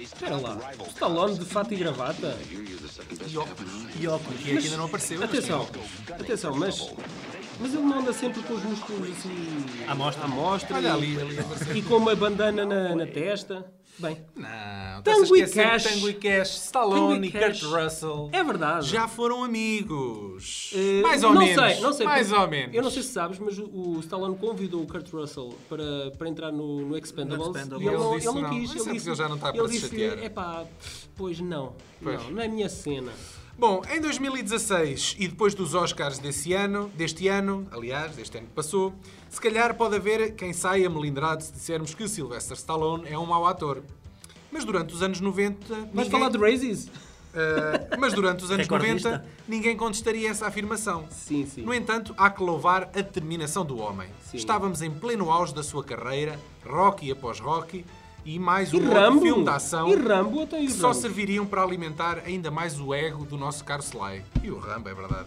Espera lá, Stallone de fato e gravata? E óculos. E óculos. E ainda não apareceu. mas Atenção, tem óculos. atenção, mas, mas ele não anda sempre com os músculos assim À mostra. à mostra Olha e, ali, ali apareceu. e com uma bandana na, na testa. Bem, Não, Tango estás a e Cash. esquecer de Tango e Cash, Tango Stallone e e Cash. Kurt Russell. é verdade. Já foram amigos. Eh, mais ou não menos. Sei, não sei, mais porque- ou menos. Eu não sei se sabes, mas o, o Stallone convidou o Kurt Russell para, para entrar no, no Expendables. Expendables. E ele, não- Ele disse ele não não. quis. Isso é porque disse, ele já não está ele para se disse, chatear. Epá, pois não. Pois. Não, não é a minha cena. Bom, em 2016 e depois dos Oscars desse ano, deste ano, aliás, deste ano que passou, se calhar pode haver quem saia melindrado se dissermos que Sylvester Stallone é um mau ator. Mas durante os anos 90. Vais ninguém- falar de Razies? Ah, mas durante os anos 90, Recordista. ninguém contestaria essa afirmação. Sim, sim. No entanto, há que louvar a determinação do homem. Sim. Estávamos em pleno auge da sua carreira, Rocky após Rocky, e mais E um outro Rambo? filme de ação E Rambo? Até e que só Rambo? serviriam para alimentar ainda mais o ego do nosso caro Sly. E o Rambo, é verdade.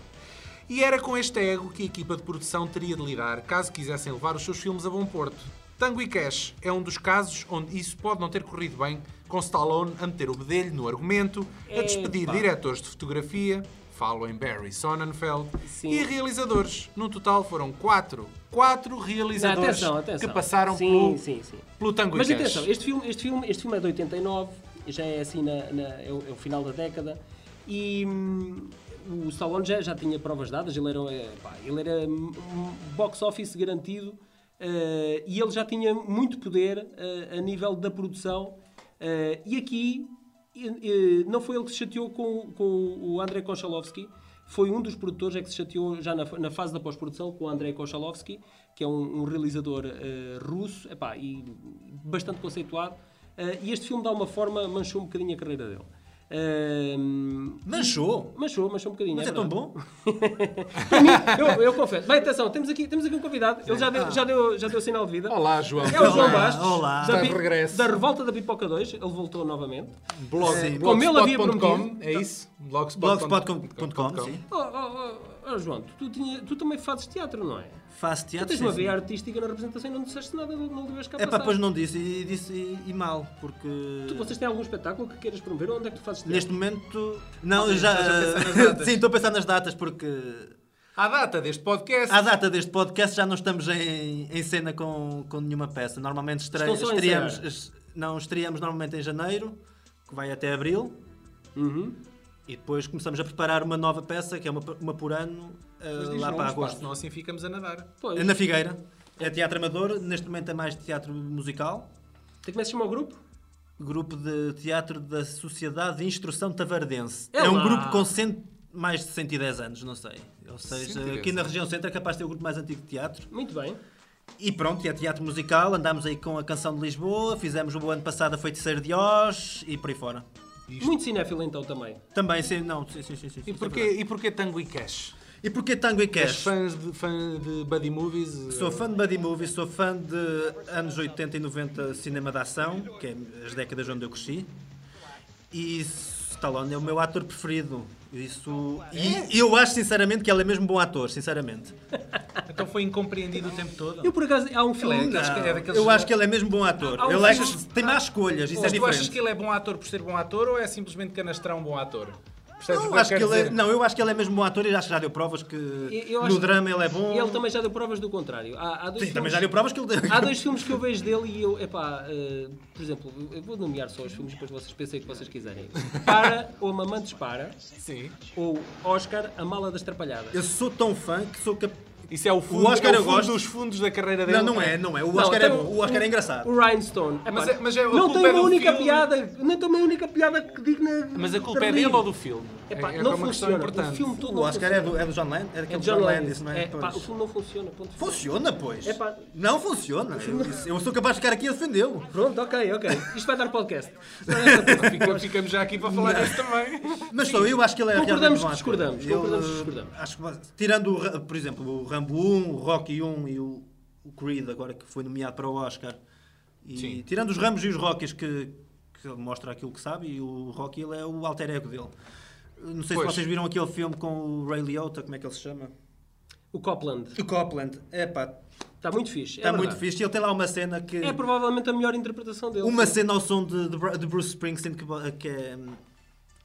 E era com este ego que a equipa de produção teria de lidar caso quisessem levar os seus filmes a bom porto. Tango e Cash é um dos casos onde isso pode não ter corrido bem, com Stallone a meter o bedelho no argumento, a despedir Epá. diretores de fotografia, falo em Barry Sonnenfeld, Sim. e realizadores. No total foram quatro. Quatro realizadores Não, atenção, atenção. que passaram Sim, pelo, sim, sim. pelo Tango Mas e Cash. atenção, este filme, este, filme, este filme é de 89, já é assim, na, na- é, o, é o final da década, e hum, o Stallone já, já tinha provas dadas, ele era, eh, pá, ele era hum, hum, box office garantido, eh, e ele já tinha muito poder eh, a nível da produção, eh, e aqui eh, eh, não foi ele que se chateou com, com o Andrei Konchalovsky, foi um dos produtores é que se chateou já na, na fase da pós-produção com o Andrei Kochalovsky, que é um, um realizador eh, russo epá, e bastante conceituado. Eh, e este filme, de alguma forma, manchou um bocadinho a carreira dele. Eh, Manchou? manchou, manchou um bocadinho. Mas é tão verdade. bom? Para mim, eu, eu confesso. Bem, atenção, temos aqui, temos aqui um convidado. Ele já deu, já deu, já deu sinal de vida. Olá, João. É o João Olá, Bastos, olá. Da, Está de pi- regresso. da Revolta da Pipoca 2. Ele voltou novamente. Blog, blogspot.com, Sim. Como ele havia prometido. É isso? Blogspot.com. Blogspot.com, sim. Oh, oh, oh, oh, João, tu, tinha- tu também fazes teatro, não é? Faço Tu teatro. tens sim, uma sim. veia tá artística na representação e não disseste nada, não não deves cá É pá, passar. pois não disse, e disse e, e mal, porque... Tu, vocês têm algum espetáculo que queiras promover ou onde é que tu fazes teatro? Neste momento... Não, eu já... estás a pensar nas datas. sim, estou a pensar nas datas, porque... À data deste podcast, À data deste podcast já não estamos em, em cena com, com nenhuma peça. Normalmente estre... Estão só a estreamos... ensaiar. es- Não, estreamos normalmente em janeiro, que vai até abril. Uhum. E depois começamos a preparar uma nova peça, que é uma, uma por ano, eh, mas diz lá não, para espaço, agosto. senão assim ficamos a nadar. Pois. É Na Figueira. É teatro amador, neste momento é mais teatro musical. Tem que me chamar o grupo? Grupo de teatro da Sociedade de Instrução Tavardense. É É, um lá. grupo com cento- mais de 110 anos, não sei. Ou seja, 110 aqui na anos. região centro é capaz de ter o grupo mais antigo de teatro. Muito bem. E pronto, e é teatro musical, andámos aí com a Canção de Lisboa, fizemos o ano passado a Feiticeiro de Oz e por aí fora. Muito cinéfilo então também. Também, sim, não, sim, sim, sim. sim, E sim, porquê, verdade. e porquê Tango e Cash? E porquê Tango e És Cash? fãs de, fã de Buddy Movies? eh, Sou fã de Buddy Movie, sou fã de anos 80 e 90 cinema de ação, que é as décadas onde eu cresci. E Stallone é o meu ator preferido. Isso... E eu acho sinceramente que ele é mesmo bom ator, sinceramente. Então foi incompreendido o tempo todo? Eu por acaso, há um filme... Ele é- acho que é daqueles- Eu acho que ele é mesmo bom ator. Há um Ele é- filme- tem más escolhas, isso é Mas tu achas diferente. que ele é bom ator por ser bom ator ou é simplesmente canastrão bom ator? Percebes o Não, eu acho que quero ele é, dizer? não, eu acho que ele é mesmo bom ator e acho que já deu provas que Eu acho no drama ele é bom. E ele também já deu provas do contrário. Há, há dois Sim, também filmes- já deu provas que ele deu. Há dois filmes que eu vejo dele e eu, epá, eh, por exemplo, eu vou nomear só os filmes, depois vocês pensem o que vocês quiserem. Para ou Mamãe Dispara, Sim. ou Oscar, A Mala das Trapalhadas. Eu sou tão fã que sou capaz. Isso é o fundo, Oscar é eu o fundo gosto. dos fundos da carreira dele. Não, não é, não é. O Não, Oscar, então, é, bom. O Oscar é engraçado. O Rhinestone. Epá, Mas é- mas é- a não culpa tem é uma do única filme. piada, nem tem uma única piada que digna. Mas a culpa de é dele rir. ou do filme? Epá, é, é não uma questão funciona. importante. O filme todo O não Oscar é funciona. do, é do John Landis, é daquele É John, John Landis, Landis. não é? É, pá, o Pois. filme não funciona. Ponto. final. Funciona, pois. É pá. Não funciona. Eu, eu sou capaz de ficar aqui a defendê-lo. Pronto, ok, ok. Isto vai dar podcast. Fica- ficamos já aqui para falar disso também. Mas só eu acho que ele é Concordamos realmente bom que ator. discordamos, Eu, concordamos que eh, discordamos. Acho que, tirando, o Ra- por exemplo, o Rambo 1, o Rocky 1 e o, o Creed, agora que foi nomeado para o Oscar. E Sim. tirando os Ramos e os Rockies, que, que ele mostra aquilo que sabe, e o Rocky ele é o alter ego dele. Não sei Pois. se vocês viram aquele filme com o Ray Liotta, como é que ele se chama? O Copland. O Copland, é pá, Está muito fixe. Está é muito verdade. fixe. E ele tem lá uma cena que. É provavelmente a melhor interpretação dele. uma sim. cena ao som de, de Bru- de Bruce Springsteen que, que é.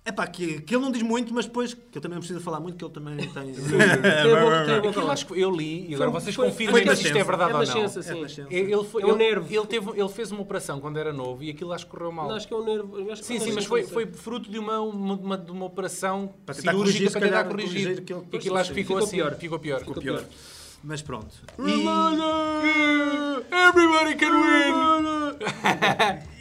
É pá, que, que ele não diz muito, mas depois. Que eu também não preciso falar muito, que ele também tem. Tem uma- tem uma- Aquilo acho que eu li, e agora Foi- um vocês foi- confirmem foi mas isto é nascença. verdade é ou não. nascença, sim. É nascença. Ele, foi, É um ele, nervo. Ele, teve- ele fez uma operação quando era novo e aquilo acho que correu mal. Não, Acho que é um nervo. eu acho que Sim, é sim, mas nascença, foi, não sei. foi fruto de uma, uma, de uma- de uma operação Para tentar cirúrgica para corrigir, se tentar calhar, corrigir. corrigir aquilo que- E aquilo acho que ficou Ficou assim. pior. Ficou pior. Ficou pior. Mas pronto. Everybody can win!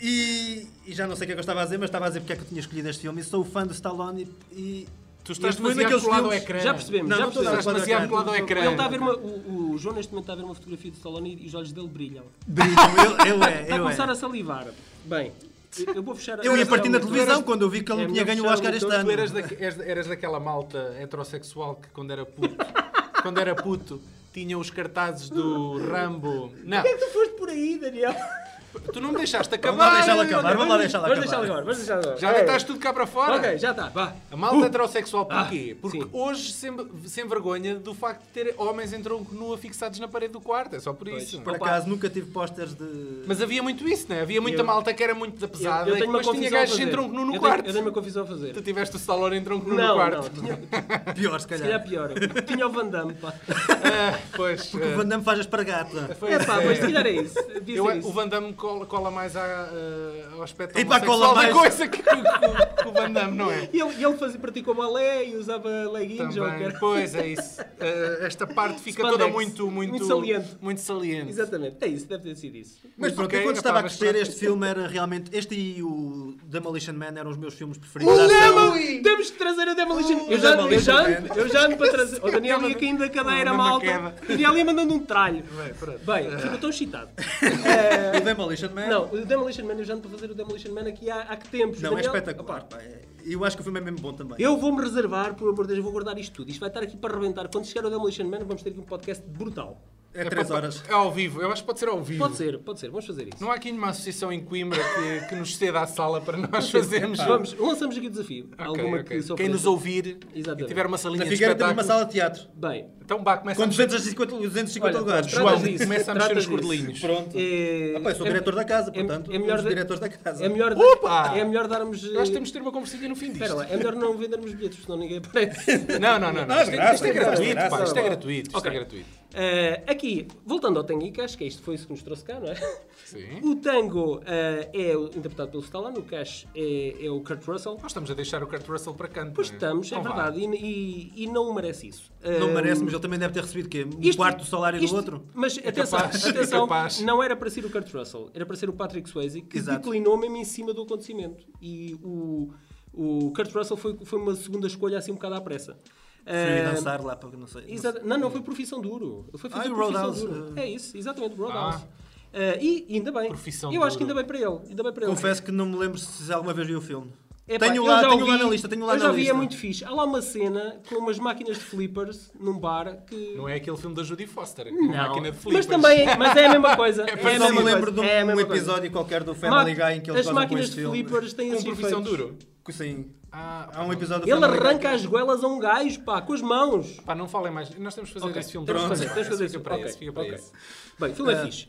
E, e já não sei o que é que eu estava a dizer, mas estava a dizer porque é que eu tinha escolhido este filme. E sou fã do Stallone e. e- Tu e estás este foi demasiado daqueles colado ao filmes- ecrã. Já percebemos, Não, já não estou a percebemos. Estás demasiado colado ao ecrã. Ele está a ver uma, o, o João neste momento está a ver uma fotografia de Stallone e os olhos dele brilham. Brilham, eu, eu é, Está a eu Tá começar é. a salivar. Bem, eu- eu vou fechar a- Eu ia partir na Tu televisão eras- quando eu vi que ele É não tinha melhor ganho o fechar o Oscar este doutor, ano. Então Tu eras, daque- eras- eras daquela malta heterossexual que quando era puto, quando era puto, tinha os cartazes do Rambo. Não, Porquê é que tu foste por aí, Daniel? tu não me deixaste acabar. Vamos lá deixá-la eu- acabar, vamos lá deixá-la Vamos deixar acabar. agora, vamos deixar agora. Já Ei. deitaste tudo cá para fora. Ok, já está, vá. A malta heterossexual porquê? Ah, Porque sim. hoje, sem, sem vergonha do facto de ter homens em tronco nu afixados na parede do quarto, é só por isso. Por Opa. acaso nunca tive posters de. Mas havia muito isso, né? Havia muita Eu- malta é que era muito da Eu- pesada, eu e tenho uma depois tinha confissão a gajos fazer. em tronco nu no Eu tenho- quarto. Eu tenho uma confissão a Tu fazer. tiveste o Stallone em tronco nu no Não, não, quarto. tinha- Pior, se se calhar. calhar pior. Tinha o Van Damme, pá. Ah, pois. Porque o Van Damme faz a espargata. É pá, mas se calhar é isso. Devia Eu- ser isso. o Van Damme cola, cola mais à, ah, ao aspecto E pá, homossexual cola da mais. coisa que, que- que- que o Van Damme, não é? E ele, e ele fazia, praticou balé e usava leggings ou o que Também. era. Pois é isso. Ah, esta parte fica Spandex. toda muito, muito, Muito saliente. muito saliente. Exatamente, é isso, deve ter sido isso. Mas pronto, ok, enquanto epá, estava a mas crescer, pronto. este filme era realmente. Este e o Demolition Man eram os meus filmes preferidos. O da ação. Demoli! Temos de trazer o Demolition. Uh, eu, já, eu, Demolition já Man. ando, eu já ando para trazer. O Daniel ia caindo da cadeira, Uma malta. queda. O Daniel ia mandando um tralho. Bem, pronto. Bem, fico tão excitado. O Demolition Man. Não, o Demolition Man, eu já ando para fazer o Demolition Man aqui há, há que tempos. Não, é Daniel- espetacular. Opa, pá. É- Eu acho que o filme é mesmo bom também. Eu vou-me reservar, por amor de Deus, eu vou guardar isto tudo. Isto vai estar aqui para rebentar. Quando chegar o Demolition Man, vamos ter aqui um podcast brutal. É 3 pá, horas. É ao vivo. Eu acho que pode ser ao vivo. Pode ser, pode ser, vamos fazer isso. Não há aqui nenhuma associação em Coimbra que, que nos ceda a sala para nós fazermos. Vamos, lançamos aqui o desafio. Ok, Alguma ok. que se Quem ofereça. nos ouvir e Exatamente. tiver uma salinha Na de Figueira temos uma espetáculo... sala de teatro. Bem, Então, vá, começa Com a 250, 250 Olha, lugares. pronto, João, Tratas disso, começa a tratas mexer os disso. gordelinhos. Pronto. É, Ah, pá, eu sou é- diretor da casa, é- portanto, é melhor um dos da- diretores da casa. É melhor, Opa! é melhor darmos. eh, Nós temos de ter uma conversinha no fim disto. Espera lá, é melhor não vendermos bilhetes, senão ninguém aparece. Não, não, não. não. é Isto, é, graça, isto é é graça, gratuito, é pá. graça. Isto é gratuito. Isto Ok. é gratuito. Eh, aqui, voltando ao Tango e Cash, que é isto foi isso que nos trouxe cá, não é? Sim. O Tango eh, é o- interpretado pelo Stallone, o Cash é, é o Kurt Russell. Nós estamos a deixar o Kurt Russell para canto. Pois não é? estamos, é Então vá. verdade, e, e- e não merece isso. Hum, Não Eh, merece, mas ele também deve ter recebido o quê? Um isto- quarto do salário isto- do outro? Mas atenção, capaz, é atenção capaz. não era para ser o Kurt Russell, era para ser o Patrick Swayze, que Exato. declinou mesmo em cima do acontecimento. E o, o Kurt Russell foi, foi uma segunda escolha assim um bocado à pressa. Foi Ah, dançar lá para não sei. não Exa- Não, não foi profissão duro. Foi fazer Ah, e o profissão Roadhouse, duro. eh. É isso, exatamente, Roadhouse. Ah. Eh, e e ainda bem. Profissão eu acho que duro. ainda bem para ele. Ainda bem para ele. Confesso que não me lembro se alguma vez vi o filme. Epá, tenho eu lá, já tenho ouvi- lá na lista, tenho lá Eu na já vi, lista. é muito fixe. Há lá uma cena com umas máquinas de flippers num bar que... Não é aquele filme da Judy Foster. Não. Máquina mas de flippers. também é, mas é a mesma coisa. É, Eu a não mesma me coisa. lembro de um, É a mesma coisa. episódio qualquer do Family Ma- Guy em que eles As gozam com máquinas este de filme. flippers têm Com assim profissão efeitos. duro. Sim. Ah, Há um episódio do Ele Family Guy arranca que- as goelas a um gajo, pá, com as mãos. Pá, não falem mais. Nós temos de fazer Ok, esse filme. temos de Pronto, fazer, pá, temos de fazer fica isso. para Ok, esse, fica para ok. esse. Bem, o filme Ah, é fixe.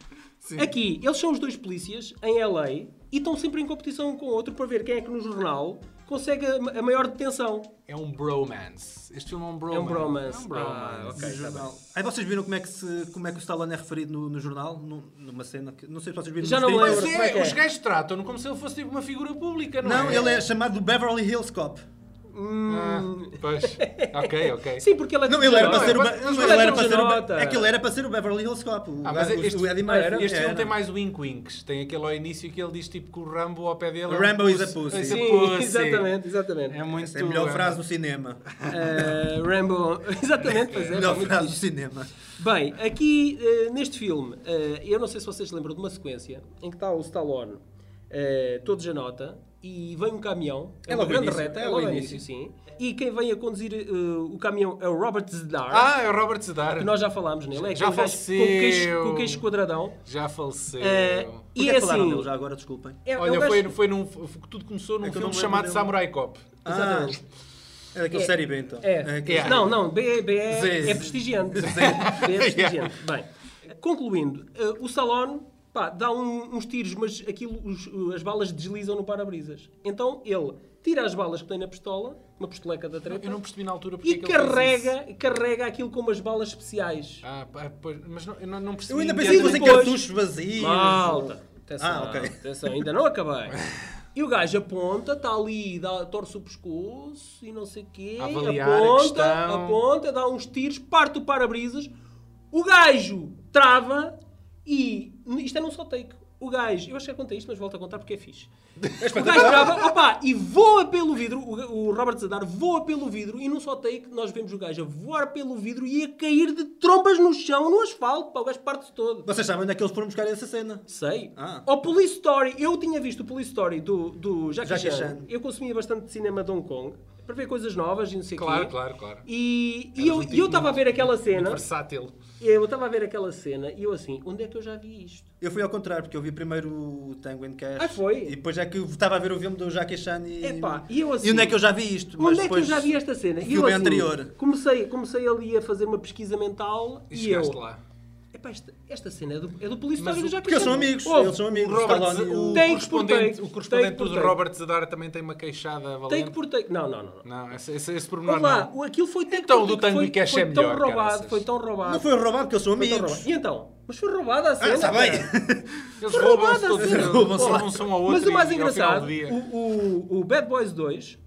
Aqui, eles são os dois polícias em LA e estão sempre em competição um com o outro para ver quem é que no jornal consegue a, a maior detenção. É um bromance. Este filme é um bromance. É um bromance. É um Ah, bromance. ok, tá bem. Aí vocês viram como é que, se, como é que o Stallone é referido no, no jornal? Num- numa cena que. Não sei se vocês viram. Já nos não filmes. lembro. Mas Como é que é, é? os gajos tratam-no como se ele fosse tipo uma figura pública, não, Não, é? ele é chamado do Beverly Hills Cop. Ah, pois. Ok, ok. Hum. Sim, porque ele é Ah, Não, ele era tudo para ser o. herói. mas Be- não, ele ele é era para ser o. nota. Be- Aquilo era para ser o Beverly Hills Cop. O, Ah, mas o- o- este, o Eddie Murphy. este filme era. tem mais wink-winks. Tem aquele ao início que ele diz tipo que o Rambo ao pé dele. é um Rambo is a pussy. pussy. Is a Sim, pussy. exatamente, exatamente. É muito. Essa tipo, é a melhor frase do cinema. Eh, Rambo. Exatamente, pois é. melhor muito frase do fixe. cinema. Bem, aqui eh, neste filme, eh, eu não sei se vocês se lembram de uma sequência em que está o Stallone, eh, todos a nota, e vem um caminhão, é, É uma logo o grande início, reta, é é logo logo o o início, sim. E quem vem a conduzir eh, o caminhão é o Robert Zedar, Ah, é o Robert Sedar. que nós já falámos nele, é Já aquele gajo com o queixo, faleceu. com o queixo quadradão. Já faleceu. Eh, e Porquê é que falaram assim, dele já agora, desculpem. é, é um Olha, gajo- foi, foi num. foi- Tudo começou num É que eu filme não me lembro chamado dele. Samurai Cop. Exatamente. Ah, É daquele É. série B então. É. É. Yeah. Não, não, B, é- B é, Zé. é prestigiante. B é prestigiante. Bem, concluindo, eh, o Stallone pá, dá um- uns tiros, mas aquilo, os- eh, as balas deslizam no para-brisas. Então ele tira as balas que tem na pistola, uma pistoleca da treta, Eu não percebi na altura porque e é que ele fez isso. carrega, carrega aquilo com umas balas especiais. Ah, pá, pois, mas não, eu não, não percebi. Eu ainda imediatamente. pensei que fossem depois- cartuchos vazios. Malta, atenção, Ah, ok. atenção, ainda não acabei. E o gajo aponta, está ali, dá, torce o pescoço e não sei o quê. Avaliar a aponta, questão. aponta, dá uns tiros, parte o para-brisas. O gajo trava e. Isto é num só take. O gajo, eu acho que já contei isto, mas volto a contar porque é fixe. O gajo trava, opa, e voa pelo vidro, o, ga- o Robert Zadar voa pelo vidro e num só take nós vemos o gajo a voar pelo vidro e a cair de trombas no chão, no asfalto, pá, o gajo parte-se todo. Vocês sabem onde é que eles foram buscar essa cena? Sei. Ah. O Police Story, eu tinha visto o Police Story do, do Jackie, Jackie Chan. Chan. Eu consumia bastante cinema de Hong Kong para ver coisas novas e não sei o Claro, quê. claro, claro. E, e Eras eu um e tipo eu estava a ver aquela cena, Versátil. eu estava a ver aquela cena e eu assim, onde é que eu já vi isto? Eu fui ao contrário, porque eu vi primeiro o Tango and Cash. Ah, foi? E depois é que eu estava a ver o filme do Jackie Chan e... Epá, e eu assim- onde é que eu já vi isto? onde é que eu já vi esta cena? O E eu filme assim, anterior. Comecei, comecei ali a fazer uma pesquisa mental E e, eu... chegaste lá. Epá, esta, esta cena é do, é do Police Mas Story do o- Jackie Porque eles Chan. são amigos, Ouve, eles são amigos. Robert Stallone Z- e o, o- Take por correspondente, take, o correspondente take por do take. Robert Zedar também tem uma queixada valente. Take por take. Não, não, não. não. Não, esse, esse, esse pormenor Olá, não. o aquilo foi take Então, por o do take, Tango foi, e Cash é foi tão melhor, roubado, caraças. foi tão roubado. Não foi roubado, porque eles são Foi tão amigos. Ah, roubado. E então? Mas foi roubada a cena. está bem. cara. Eles Foi roubam-se roubada a todos, cena. eles Roubam-se lá. roubam-se um ao outro. Mas o mais e, ao final engraçado, do dia- o, o- o Bad Boys 2,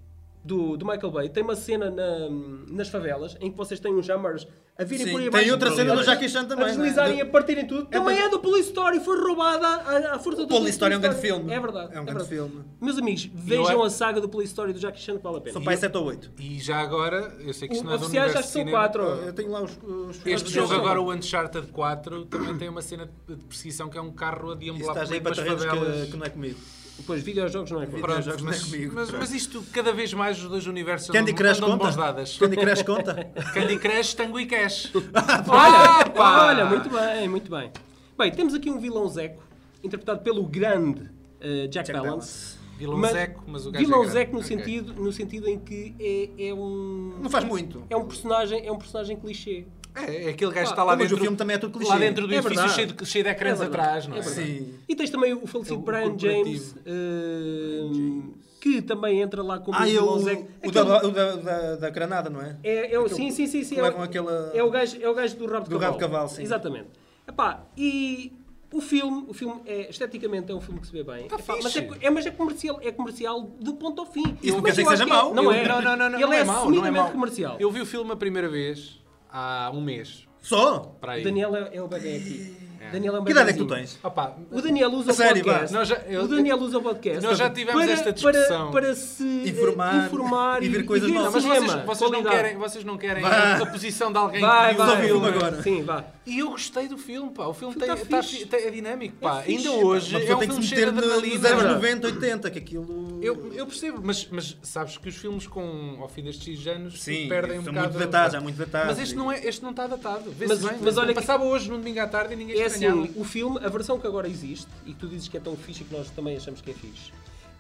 do, do Michael Bay, tem uma cena na- nas favelas em que vocês têm uns jammers a virem Sim, por aí tem abaixo. outra cena do Jackie Chan também, A deslizarem e não é? a partirem tudo. também mas- é do Police Story, foi roubada a, a força do Police Story é um grande filme. É verdade. É um grande verdade. filme. Meus amigos, vejam é- a saga do Police Story do Jackie Chan que vale a pena. São pai 7 ou 8. e já agora, eu sei que isto O- não é do oficiais universo acho que são de cinema. quatro. Eu tenho lá os... os Este Mas jogo eles- agora, é o Uncharted 4, também tem uma cena de perseguição que é um carro a deambular Estás aí por para meio das terrenos favelas. que, que não é comigo. Depois, videojogos não é coisa. Pronto, Jogos não é mas, comigo, mas- pronto. mas isto, cada vez mais os dois universos Candy andam, Crush andam É de mãos conta? dadas. Candy Crush conta? Candy Crush, Tango e Cash. Olha, Ah, pá! olha, muito bem, muito bem. Bem, temos aqui um vilão Zeco, interpretado pelo grande eh, Jack, Jack Palance. Palance. Vilão Zeco, mas o gajo é Vilão grande. Zeco no, Ok. sentido, no sentido em que é, é um... Não faz muito. É um personagem, é um personagem clichê. É, é aquele gajo que Ah, está lá mas o dentro. filme também é tudo Lá clichê. dentro do É edifício verdade. cheio de, cheio de ecrãs É verdade, atrás, não é? é verdade. Sim. E tens também o falecido É o Brian James, eh, que também entra lá como um é Ah, eu, vilão o, Zeco. o da, Aquele- o da, da, da granada, não é? É, é o, sim, sim, sim, sim. que é o- levam aquela- é, o gajo, é o gajo do rabo de do cavalo. rabo de cavalo, sim. Exatamente. Epá, e o filme, o filme é, esteticamente é um filme que se vê bem. Epá, mas, é, Tá fixe. é- mas é comercial, é comercial do ponto ao fim. Isso não Mas quer dizer eu que acho seja é- mau. Não Eu- é, não, não, não, Ele não é, mau, não assumidamente mau. comercial. Eu vi o filme a primeira vez há um mês. Só? Para aí. Daniel é, é o bebê aqui. Daniel é um Que idade é que tu bebezinho. tens? Opa, O Daniel usa A sério, o podcast. vá. Nós já- eu- o Daniel usa o podcast. Nós já tivemos para, esta discussão. Para, para se eh, Informar informar e ver coisas ver novas. mas cinema, vocês, vocês não qualidade. querem, vocês não querem Vá. a, a posição de alguém Vai, que viu vai. o o filme. filme agora. Sim, vá. E eu gostei do filme, pá. O filme, filme tem, tá tá fixe. fi- tem- é dinâmico, pá. É fixe, Ainda hoje Uma é pessoa um tem que se filme meter cheio de no- é? nos adrenalina. anos verdade. 90, 80, que aquilo... Eu, eu percebo, mas, mas sabes que os filmes com, ao fim destes seis anos Sim, perdem um são bocado. muito datados, há muito datados. Mas este não, é, este não está datado. Vê-se Mas- bem. mas olha que- passava hoje num domingo à tarde e ninguém É estranhava. assim, o filme, a versão que agora existe, e que tu dizes que é tão fixe e que nós também achamos que é fixe,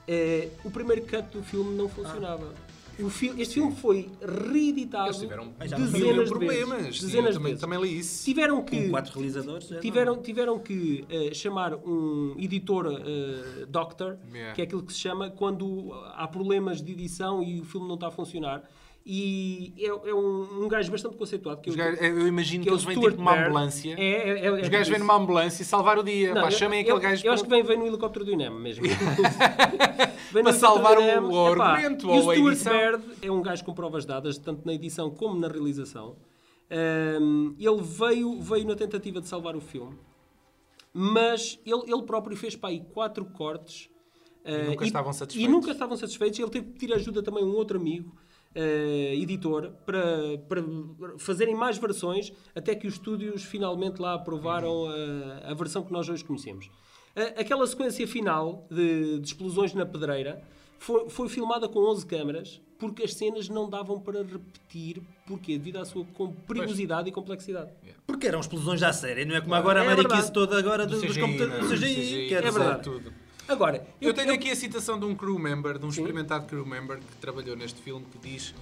eh, o primeiro cut do filme não funcionava. O fi- este filme foi reeditado Eles tiveram já dezenas mil e um de problemas. vezes. Sim, Dezenas eu de também, vezes. também li isso. Tiveram que, Com quatro realizadores. é tiveram, tiveram que eh, chamar um editor eh, doctor, Yeah. que é aquilo que se chama quando há problemas de edição e o filme não está a funcionar. E é, é um, um gajo bastante conceituado. Que Os eu, gajos- eu imagino que, é o eles vêm Stuart tipo numa Baird. ambulância. É, é, é, é Os tipo gajos vêm isso. numa ambulância e salvar o dia. Não, Pá, eu- chamem aquele eu, gajo Eu acho que para- vem, vem no helicóptero do INEM mesmo. Vem no helicóptero salvar do o- INEM. o Epá, argumento e ou a o Stuart edição. Baird é um gajo com provas dadas, tanto na edição como na realização. Ahm, ele veio, veio na tentativa de salvar o filme, mas ele, ele próprio fez para aí quatro cortes. ah, nunca estavam E satisfeitos. nunca estavam satisfeitos. Ele teve que pedir ajuda também a um outro amigo, eh, editor, para, para fazerem mais versões, até que os estúdios finalmente lá aprovaram Uhum. eh, a, versão que nós hoje conhecemos. A- aquela sequência final de, de explosões na pedreira foi, foi filmada com 11 câmaras, porque as cenas não davam para repetir, porque devido à sua com- perigosidade e complexidade. Porque eram explosões à série, não é como agora É a verdade. mariquice toda agora do dos, dos CGI, computadores. não é? do CGI, quer é dizer, verdade. tudo. Agora, Eu tenho aqui a citação de um crew member, de um experimentado crew member que trabalhou neste filme, que diz: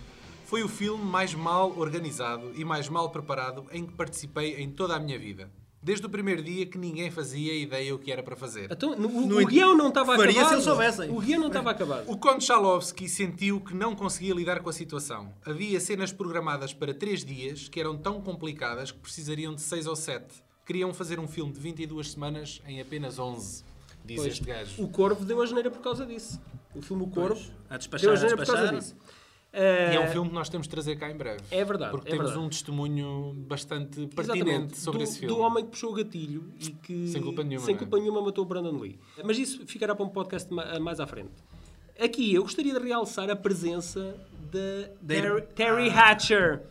Foi o filme mais mal organizado e mais mal preparado em que participei em toda a minha vida. Desde o primeiro dia que ninguém fazia ideia o que era para fazer. Então, no- o, No o ent- guião não estava acabado. Faria se eles soubessem. O guião não estava acabado. O Konchalovsky sentiu que não conseguia lidar com a situação. Havia cenas programadas para três dias que eram tão complicadas que precisariam de seis ou sete. Queriam fazer um filme de 22 semanas em apenas 11, diz Pois, este gajo. o Corvo deu a geneira por causa disso. O filme O Corvo a despachar, deu a a geneira por causa despachar. disso. E é um Eh, filme que nós temos de trazer cá em breve. É verdade, Porque é temos verdade. um testemunho bastante pertinente Eh, Exatamente. sobre do, esse filme. Do homem que puxou o gatilho e que. Sem culpa nenhuma, sem não é? culpa nenhuma matou o Brandon Lee. Mas isso ficará para um podcast ma- mais à frente. Aqui eu gostaria de realçar a presença de Da Terry, ir- Terry Hatcher,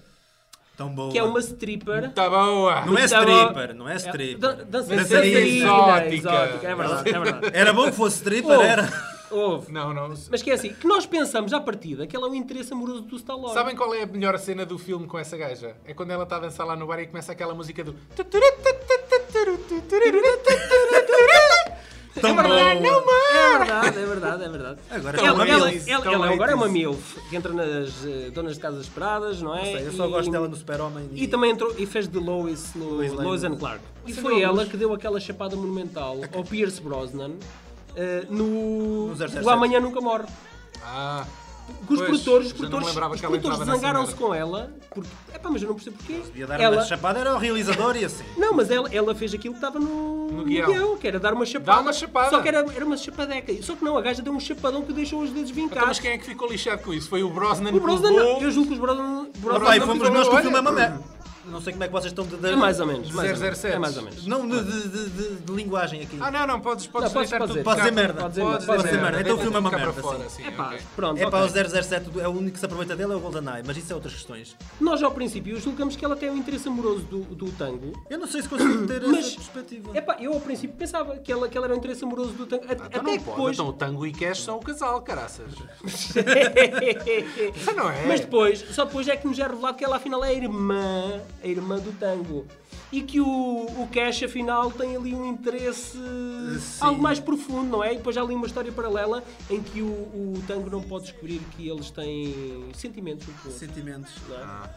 Tão boa. que é uma stripper. Tá boa! Não é Tá bom. stripper, não é stripper. dan- dança- Dançarina dançarina exótica. exótica. É verdade, é verdade. Era bom que fosse stripper, Houve, era. houve. Não, não. Mas que é assim, que nós pensamos à partida que ela é um interesse amoroso do Stallone. Sabem qual é a melhor cena do filme com essa gaja? É quando ela está a dançar lá no bar e começa aquela música do. Tão boa. É verdade, é verdade, é verdade. Agora ela, estão ela- ladies, ela- estão ela agora é uma ladies. MILF, que entra nas eh, donas de casas esperadas, não é? Sei, Eu só E- gosto dela no Super-Homem. E também entrou e fez de Lois no Lois Lane. Lois and Clark. E Você foi não ela gosta? que deu aquela chapada monumental ao Pierce Brosnan eh, no, No 007. O Amanhã Nunca Morre. Ah, Que os Pois, produtores, os já não me produtores, lembrava os que ela produtores entrava nessa zangaram-se merda. com ela, porque, epá, mas eu não percebo porquê. Ia dar Ela- uma chapada, era o realizador e assim. não, mas ela, ela fez aquilo que estava no, no guião. guião. que era dar uma chapada. Dá uma chapada. Só que era, era uma chapadeca. Só que não, a gaja deu um chapadão que deixou os dedos então, vincados. mas quem é que ficou lixado com isso? Foi o Brosnan O Brosnan, que levou não, eu julgo que os Brosnan... Brosnan Pai, não fomos ficou nós que o olha. filme é uma merda. Não sei como é que vocês estão de. de- É mais ou menos. de mais ou menos. 007. É mais ou menos. Não, de, de- de- de- de linguagem aqui. Ah, não, não, podes, podes Não, podes- deitar podes dizer. tudo cá. Pode dizer merda. Pode dizer merda, Pode pode dizer dizer merda. merda. Então o filme é uma Deita-te cá merda, para fora, sim. assim, É pá, ok. pronto, É ok. para o 007, é o único que se aproveita dele é o GoldenEye, mas isso é outras questões. Nós, ao princípio, julgamos que ela tem um interesse amoroso do, do tango. Eu não sei se consigo ter Mas- é essa perspectiva. Epá, eu ao princípio pensava que ela, que ela era um interesse amoroso do tango. A- Ah, até Então não que pode. depois. Tá Então o Tango e Cash são o casal, caraças. Isso não é. Mas depois, só depois é que nos é revelado que ela afinal é a irmã, a irmã do tango. E que o, o Cash afinal tem ali um interesse Sim. algo mais profundo, não é? E depois há ali uma história paralela em que o, o tango não pode descobrir que eles têm sentimentos. um pouco, Sentimentos. não é?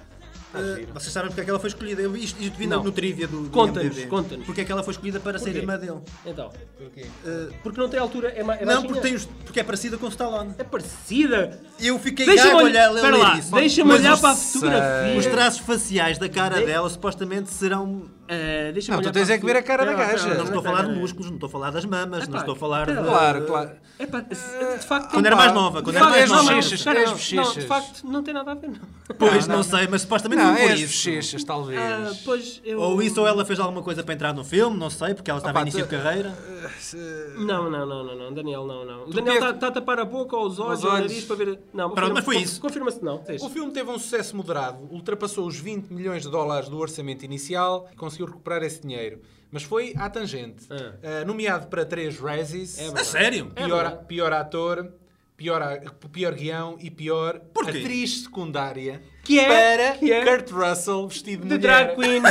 Eh, vocês sabem porque é que ela foi escolhida? Eu, isto isto vi no- Não. no trivia do. do Conta-nos, IMDb. conta-nos. Porque é que ela foi escolhida para ser Porquê? irmã dele? Então, Porquê? Eh, porque não tem altura, é, ma- é não, baixinha? porque, tem os- porque é parecida com o Stallone. É parecida. Eu fiquei gago a Deixa-me olhar, olhar, a espera ler lá, isso. deixa-me Mas olhar os- para a fotografia. Os traços faciais da cara De- dela supostamente serão. Ah, deixa-me Não, tu olhar tens para é que ver a cara da Não, não, não, gaja. Não estou a espera, falar de espera. músculos, não estou a falar das mamas, não Epá, estou a falar de. espera lá. Claro, claro. Epá, se- É, de facto... Quando era mais nova, quando de era facto, mais não, nova. não, É as as não, bochechas. espera, É as não, não, de bochechas. facto, não tem nada a ver, não. Pois, não, sei, mas supostamente não, Não, foi é as isso. bochechas, talvez. Ah, pois eu... Ou isso ou ela fez alguma coisa para entrar no filme, não sei, porque ela Opa, estava em início tu- de carreira. Ah, Não, não, não, não, não, Daniel, não, não. O Daniel está teve- está a tapar a boca ou os olhos, Os ou o olhos. nariz para ver... Não, Pronto, mas foi confirma- isso. Confirma-se que não. Tens. O filme teve um sucesso moderado, ultrapassou os 20 milhões de dólares do orçamento inicial e conseguiu recuperar esse dinheiro. Mas foi à tangente. Ah. Ah, nomeado para três Razzies, É A verdade. sério? É pior, verdade. pior ator, pior, a- pior guião e pior Porquê? atriz secundária Que é- para que é- Kurt Russell vestido de, De drag mulher. queen.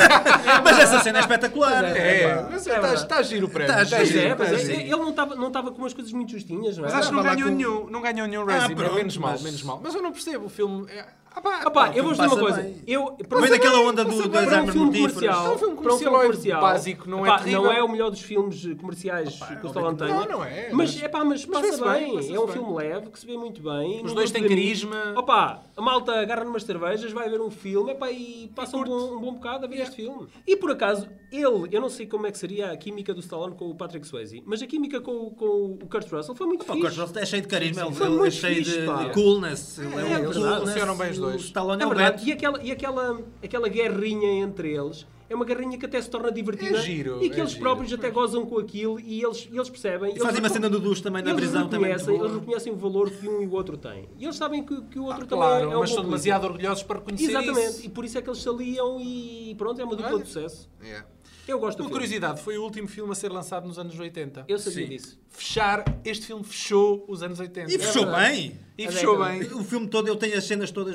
Mas essa cena é espetacular. É, pá. mas É está, verdade. está giro o prémio. Está está Pois giro, é, giro, pois está é. giro. Ele não estava não estava com umas coisas muito justinhas, não é? Mas acho que não Estava lá ganhou com- nenhum, não ganhou nenhum Razzie, mas pronto, Ah, menos mal, mas- menos mal. Mas eu não percebo o filme. é- Ah, pá, Ah pá, pá, eu vou filme dizer uma passa coisa. bem. Eu, Vem para- daquela onda do- para- das para um árvores filme mortíferas. comercial. É um filme para comercial, é básico, não é Epá, terrível. Não é o melhor dos filmes comerciais que o Stallone tem. Não, não é, Mas, mas- é pá, mas mas passa vê-se bem, bem. passa-se É um bem. filme leve, que se vê muito bem. Os Um dois grupo têm de amigos. carisma. Opa, a malta agarra numas cervejas, vai ver um filme epá, e passa um bom, um bom bocado a ver este filme. E por acaso, ele, eu não sei como é que seria a química do Stallone com o Patrick Swayze, mas a química com, o- com o Kurt Russell foi muito Pá, o fixe. Kurt Russell é cheio de carisma, ele- Foi ele é muito cheio fixe, de pá. de coolness. Ele É é um verdade. coolness. Funcionam bem os dois. O Stallone É é o verdade. Beto. E aquela, e aquela, aquela guerrinha entre eles é uma guerrinha que até se torna divertida. É giro, e que é eles giro. próprios até gozam com aquilo e eles, e eles percebem. E eles fazem uma recon- cena do Duche também na eles prisão. Também reconhecem, muito eles boa. Ah, reconhecem o valor que um e o outro têm. E eles sabem que, que o outro também é um Ah, bom Claro, mas são político. demasiado orgulhosos para reconhecer Exatamente. isso. E por isso é que eles se aliam e pronto, é uma dupla Olha. de sucesso. É. Yeah. Eu gosto do Uma filme. curiosidade, foi o último filme a ser lançado nos anos 80. Eu sabia Sim. disso. Fechar, este filme fechou os anos É 80. E fechou É verdade. bem. É E A fechou década. bem. O filme todo, eu tenho as cenas todas,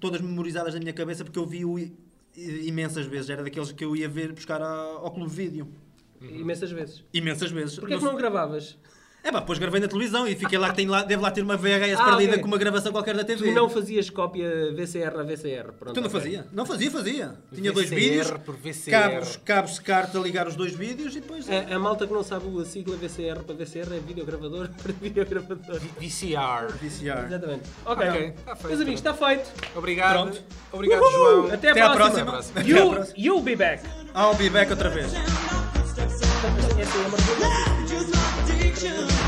todas memorizadas na minha cabeça porque eu vi-o i- imensas vezes. Era daqueles que eu ia ver buscar a- ao Clube Vídeo. Imensas vezes. Imensas vezes. Porquê é que Uhum. Não- não gravavas? É pá, depois gravei na televisão e fiquei lá que tenho lá, devo lá ter uma VHS Ah, perdida ok. com uma gravação qualquer da TV. Tu não fazias cópia VCR a VCR. Pronto, Tu não ok. fazia? Não fazia, fazia. Tinha dois VCR vídeos, por VCR. cabos, cabos de carta a ligar os dois vídeos e depois... É, A, a malta que não sabe a sigla VCR para VCR é videogravador para videogravador. VCR. VCR. Exatamente. Ok. Ok, tá feito. Meus amigos, está feito. Obrigado. Pronto. Obrigado, Uhul. João. Até, Até à à próxima. próxima. Até à You, próxima. you'll be back. I'll be back outra vez. Essa é uma- Just my addiction.